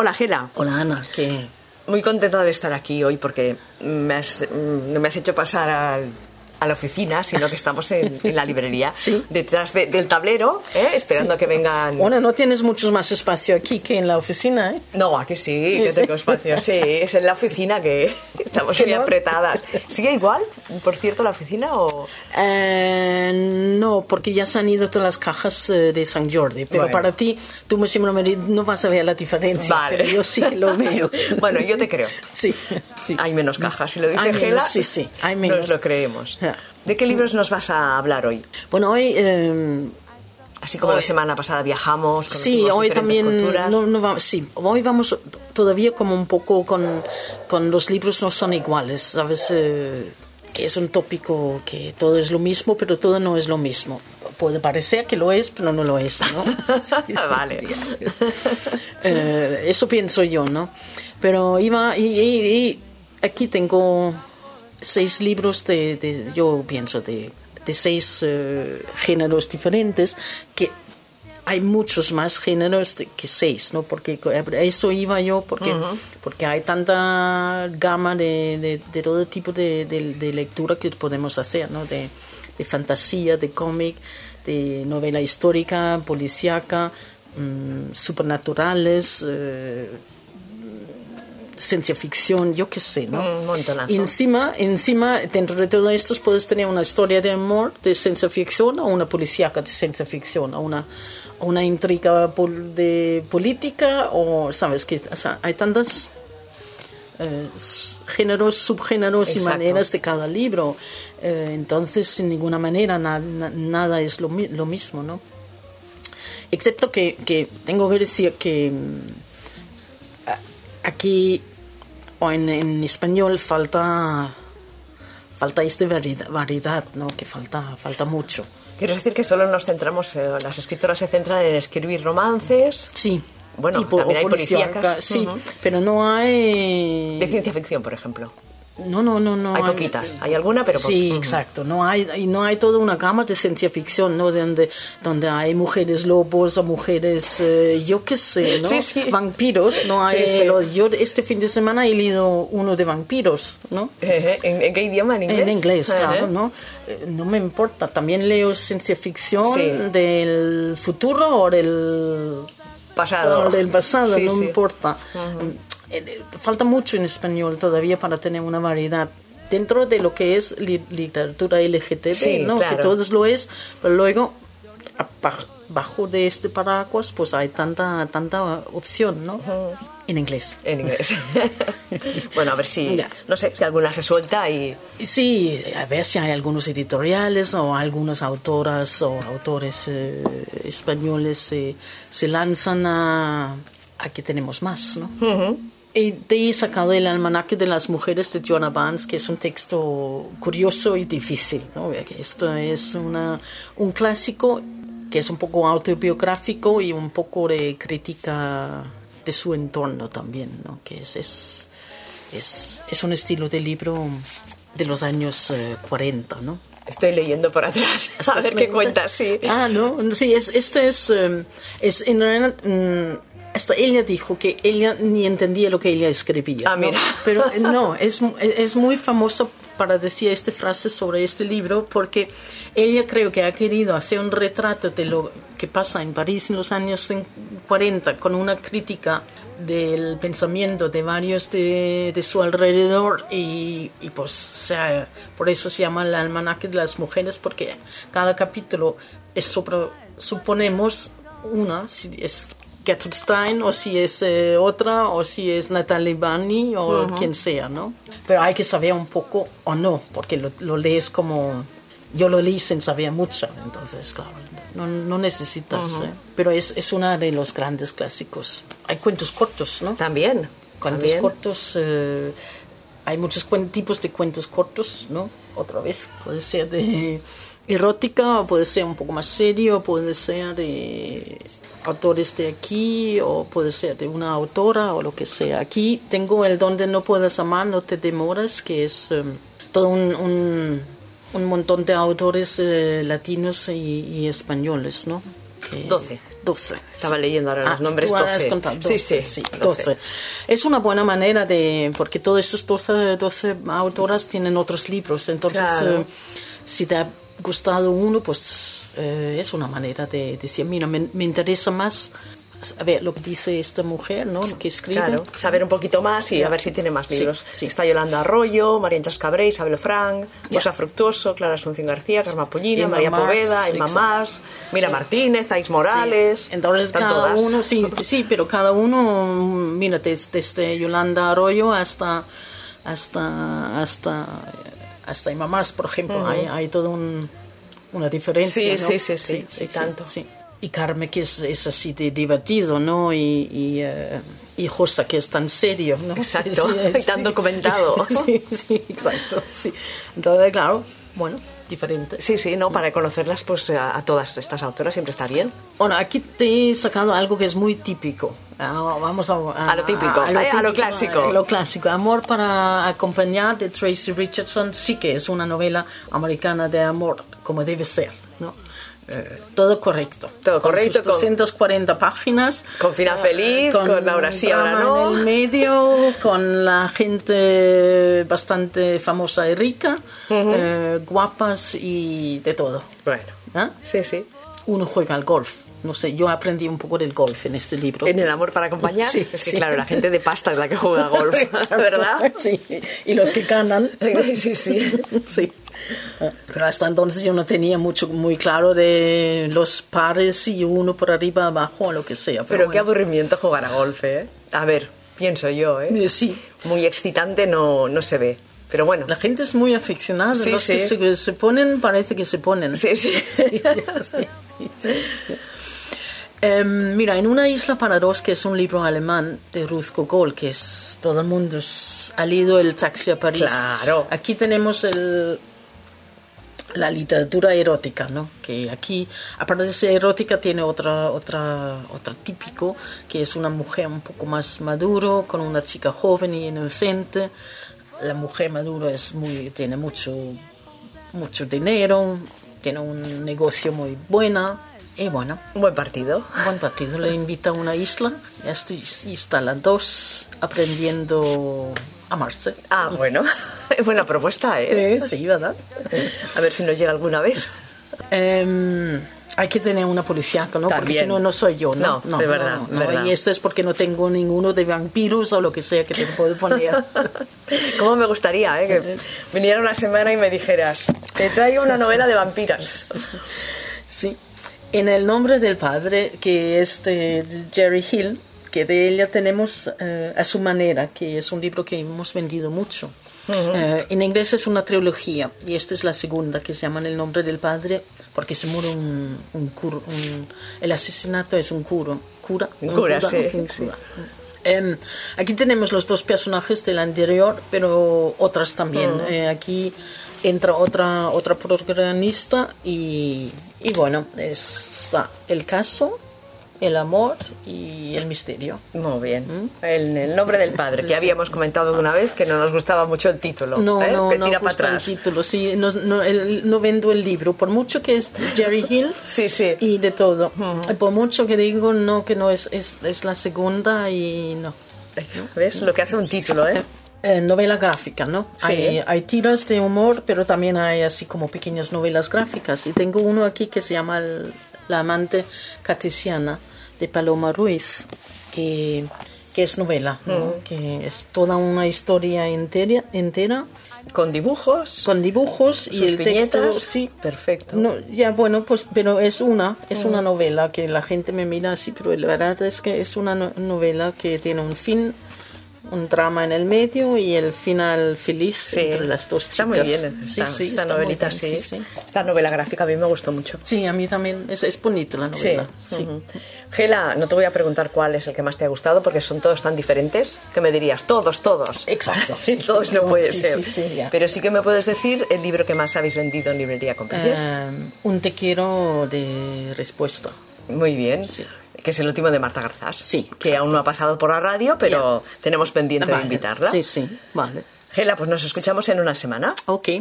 Hola, Gela. Hola, Ana. ¿Qué? Muy contenta de estar aquí hoy porque me has, no me has hecho pasar al- a la oficina, sino que estamos en, en la librería, Sí. detrás de- del tablero, ¿eh? esperando a que vengan... Bueno, no tienes mucho más espacio aquí que en la oficina, ¿eh? No, aquí sí, que Sí. tengo espacio, sí, es en la oficina que estamos Que muy no. apretadas. ¿Sigue igual, por cierto, la oficina o...? Eh, no, porque ya se han ido todas las cajas eh, de San Jordi. Pero Bueno. para ti, tú me siempre me di- no vas a ver la diferencia. Vale. Pero yo sí que lo veo. Bueno, yo te creo. Sí, sí. Hay menos cajas, si lo dice Hay menos, Gela, sí, sí, hay nos menos. lo creemos. Ya. ¿De qué libros nos vas a hablar hoy? Bueno, hoy. eh, Así como la semana pasada viajamos, Sí, conocimos hoy diferentes también. culturas. No, no va- sí, hoy vamos todavía como un poco con, con los libros no son iguales, ¿sabes? Eh, que es un tópico que todo es lo mismo, pero todo no es lo mismo. Puede parecer que lo es, pero no lo es, ¿no? Sí, sí. vale. Eh, eso pienso yo, ¿no? Pero iba. Y, y- y aquí tengo seis libros de. de- yo pienso de, de seis eh, géneros diferentes que. Hay muchos más géneros de- que seis, ¿no? Porque co- a eso iba yo, porque, porque hay tanta gama de, de- de todo tipo de, de- de lectura que podemos hacer, ¿no? De, de fantasía, de cómic, de novela histórica, policíaca, mm, supernaturales, eh, ciencia ficción, yo qué sé, ¿no? Un montonazo. Y encima, encima, dentro de todo esto puedes tener una historia de amor de ciencia ficción o una policíaca de ciencia ficción o una, o una intriga pol- de política o, ¿sabes? Que, o sea, hay tantas eh, s- géneros, subgéneros y Exacto. maneras de cada libro. Eh, entonces, sin ninguna manera, na- na- nada es lo, mi- lo mismo, ¿no? Excepto que, que tengo que decir que mm, a- aquí o en, en español falta falta esta variedad, variedad, ¿no? Que falta falta mucho. Quieres decir que solo nos centramos, eh, las escritoras se centran en escribir romances Sí. Bueno, también hay policíacas. Sí, Ujú. pero no hay... de ciencia ficción, por ejemplo. No, no, no, no. Hay poquitas, hay alguna, Ah, pero po- Sí, Ujú. exacto. No hay, y no hay toda una gama de ciencia ficción, ¿no? Donde, donde hay mujeres lobos o mujeres, eh, yo qué sé, ¿no? Sí, sí. Vampiros, no hay. Sí, sí. lo- yo este fin de semana he leído uno de vampiros, ¿no? Eh, ¿En, en qué idioma? ¿En inglés? En inglés, claro, Ajá. ¿no? Eh, No me importa. También leo ciencia ficción Sí. del futuro o del Pasado. o del pasado, Sí, no sí. me importa. Eh, eh, Falta mucho en español todavía para tener una variedad. Dentro de lo que es li- literatura LGTB, Sí, ¿no? claro. que todos lo es, pero luego apa- bajo de este paraguas pues hay tanta tanta opción, ¿no? En inglés. En inglés. bueno, a ver si, Mira. no sé, si alguna se suelta y... Sí, a ver si hay algunos editoriales o algunas autoras o autores eh, españoles se- se lanzan a... Aquí tenemos más, ¿no? Y te he sacado el almanaque de las mujeres de Joanna Barnes, que es un texto curioso y difícil. ¿no? Que Esto es una, un clásico que es un poco autobiográfico y un poco de crítica de su entorno también, ¿no? que es, es, es, es un estilo de libro de los años eh, 40, ¿no? Estoy leyendo por atrás, a ¿Estás ver qué leyendo? cuenta, sí. Ah, no, sí, es, esto es, em, es en realidad, mm, hasta ella dijo que ella ni entendía lo que ella escribía. Ah, ¿no? mira. Pero eh, no, es, es muy famosa para decir esta frase sobre este libro porque ella creo que ha querido hacer un retrato de lo que pasa en París en los años cin- 40 con una crítica del pensamiento de varios de, de su alrededor y, y pues se ha- por eso se llama el almanaque de las mujeres porque cada capítulo es sobre, suponemos una, si es Gertrude Stein o si es eh, otra o si es Natalie Bani o quien sea, ¿no? Pero hay que saber un poco o no, porque lo, lo lees como... Yo lo leí sin saber mucho, entonces, claro, no, no necesitas. ¿eh? Pero es, es uno de los grandes clásicos. Hay cuentos cortos, ¿no? También. Cuentos también. cortos, eh, hay muchos cuen- tipos de cuentos cortos, ¿no? Otra vez, puede ser de erótica, o puede ser un poco más serio, puede ser de autores de aquí, o puede ser de una autora, o lo que sea. Aquí tengo el donde no puedes amar, no te demoras, que es em, todo un, un, un montón de autores eh, latinos y, y españoles, ¿no? Que- Doce. 12. Estaba leyendo ahora los Ah, nombres tú ahora 12. has contado, Sí, 12, sí, sí, 12. 12. Es una buena manera de, porque todas estas 12, 12 autoras tienen otros libros, entonces Claro. eh, si te ha gustado uno, pues eh, es una manera de, decir, mira, me, me interesa más a ver lo que dice esta mujer, ¿no? Lo que escribe. Claro, saber un poquito más y a ver si tiene más Sí, libros. sí. Está Yolanda Arroyo, María Inés Cabré, Isabel Frank, Ya. Rosa Fructuoso, Clara Asunción García, Carma Pullina, Emma María Mars, Poveda, Emma exacto. Más, Mira Martínez, Ais Morales. Sí. Entonces están cada todas. uno, sí, sí, pero cada uno, mira, des- desde, Yolanda Arroyo hasta hasta hasta hasta Emma Mars, por ejemplo, hay, hay todo un, una diferencia. Sí, ¿no? sí, sí, sí, y tanto. sí. Y Carmen que es, es así de divertido, ¿no? Y, y, eh, y Josa que es tan serio, ¿no? Exacto, y tan documentado. sí, sí, exacto. Sí. Entonces, claro, bueno, diferente. Sí, sí, no, para conocerlas pues a, a todas estas autoras siempre está bien. Bueno, aquí te he sacado algo que es muy típico. Ah, Vamos a, A lo típico, eh, a lo clásico. a lo clásico. Amor para acompañar de Tracy Richardson sí que es una novela americana de amor, como debe ser, ¿no? Eh, todo correcto. Todo correcto, Con con- sus 240 páginas. Con final feliz, con ahora sí, ahora drama no. Ah, En el medio, con la gente bastante famosa y rica, eh, guapas y de todo. Bueno, ¿eh? sí, sí. uno juega al golf. No sé, yo aprendí un poco del golf en este libro. En el amor para acompañar, Sí, es que sí. claro, la gente de pasta es la que juega a golf, Exacto. ¿verdad? Sí, y los que ganan. Sí, sí. Sí. Pero hasta entonces yo no tenía mucho muy claro de los pares y uno por arriba, abajo o lo que sea. Pero qué bueno. aburrimiento jugar a golf, ¿eh? A ver, pienso yo, ¿eh? Eh, Sí, Muy excitante no, no se ve. Pero bueno, la gente es muy aficionada. Sí, los que sí. se, se ponen, parece que se ponen. sí, sí. Sí, ya sé, sí, sí. Em, mira, en Una isla para dos, que es un libro alemán de Ruth Gogol, que es todo el mundo s- ha leído el taxi a París. Claro. Aquí tenemos el, la literatura erótica, ¿no? Que aquí, aparte de ser erótica, tiene otra, otra, otro típico, que es una mujer un poco más maduro, con una chica joven y inocente. La mujer madura es muy, tiene mucho, mucho dinero, tiene un negocio muy bueno. Y bueno, Un buen partido. buen partido. Le invita a una isla y así- y están las dos aprendiendo a amarse. Ah, bueno. Buena propuesta, ¿eh? Eh, sí, ¿verdad? A ver si nos llega alguna vez. Em, hay que tener una policíaca, ¿no? Porque También. si no, no soy yo, ¿no? No, de verdad, de verdad. Y esto es porque no tengo ninguno de vampiros o lo que sea que te puedo poner. ¿Cómo me gustaría, eh? Que viniera una semana y me dijeras, te traigo una novela de vampiras. sí. En el nombre del padre, que es de de Jerry Hill, que de ella tenemos eh, A su manera, que es un libro que hemos vendido mucho. Eh, en inglés es una trilogía y esta es la segunda que se llama En el nombre del padre porque se muere un, un cur- un- el asesinato es un curo, cura, Un cura, sí, un sí. cura. Em, aquí tenemos los dos personajes del anterior, pero otras también. Mm. Eh, aquí entra otra, otra protagonista y, y bueno, está el caso, el amor y el misterio. Muy bien. El, el nombre del padre, que habíamos comentado alguna vez que no nos gustaba mucho el título. No, ¿eh? no, que no tira para gusta atrás. el título, sí, no, no, el- no vendo el libro, por mucho que es Jerry Hill Sí, sí. y de todo. Mm. Por mucho que digo, no, que no es, es, es la segunda y no. ¿Ves? Lo que hace un título, ¿eh? Eh, novela gráfica, ¿no? Sí. Hay, hay tiras de humor, pero también hay así como pequeñas novelas gráficas. Y tengo uno aquí que se llama El- La amante cartesiana de Paloma Ruiz, que, que es novela, ¿no? que es toda una historia entera, entera Con dibujos. con dibujos y Sus el texto. viñetas. Sí, Perfecto. Mm. no, ya bueno, pues, pero es una, es una novela que la gente me mira así, pero la verdad es que es una no- novela que tiene un fin, un drama en el medio y el final feliz Sí. entre las dos chicas. Está muy bien Sí, esta, sí, esta está muy novelita, bien, sí. sí, sí. Esta novela gráfica a mí me gustó mucho. Sí, a mí también es, es bonito la Sí. novela. Sí. ujú. Gela, no te voy a preguntar cuál es el que más te ha gustado porque son todos tan diferentes que me dirías todos, todos. Exacto. todos no puede Eh, Sí, ser. sí, sí, ya. Pero sí que me puedes decir el libro que más habéis vendido en librería con precios. Eh, un te quiero de respuesta. Muy bien. Que es el último de Marta Garzás. Sí, Que aún no ha pasado por la radio, pero tenemos pendiente Vale. de invitarla. Sí, sí, vale. Gela, pues nos escuchamos en una semana. Ok,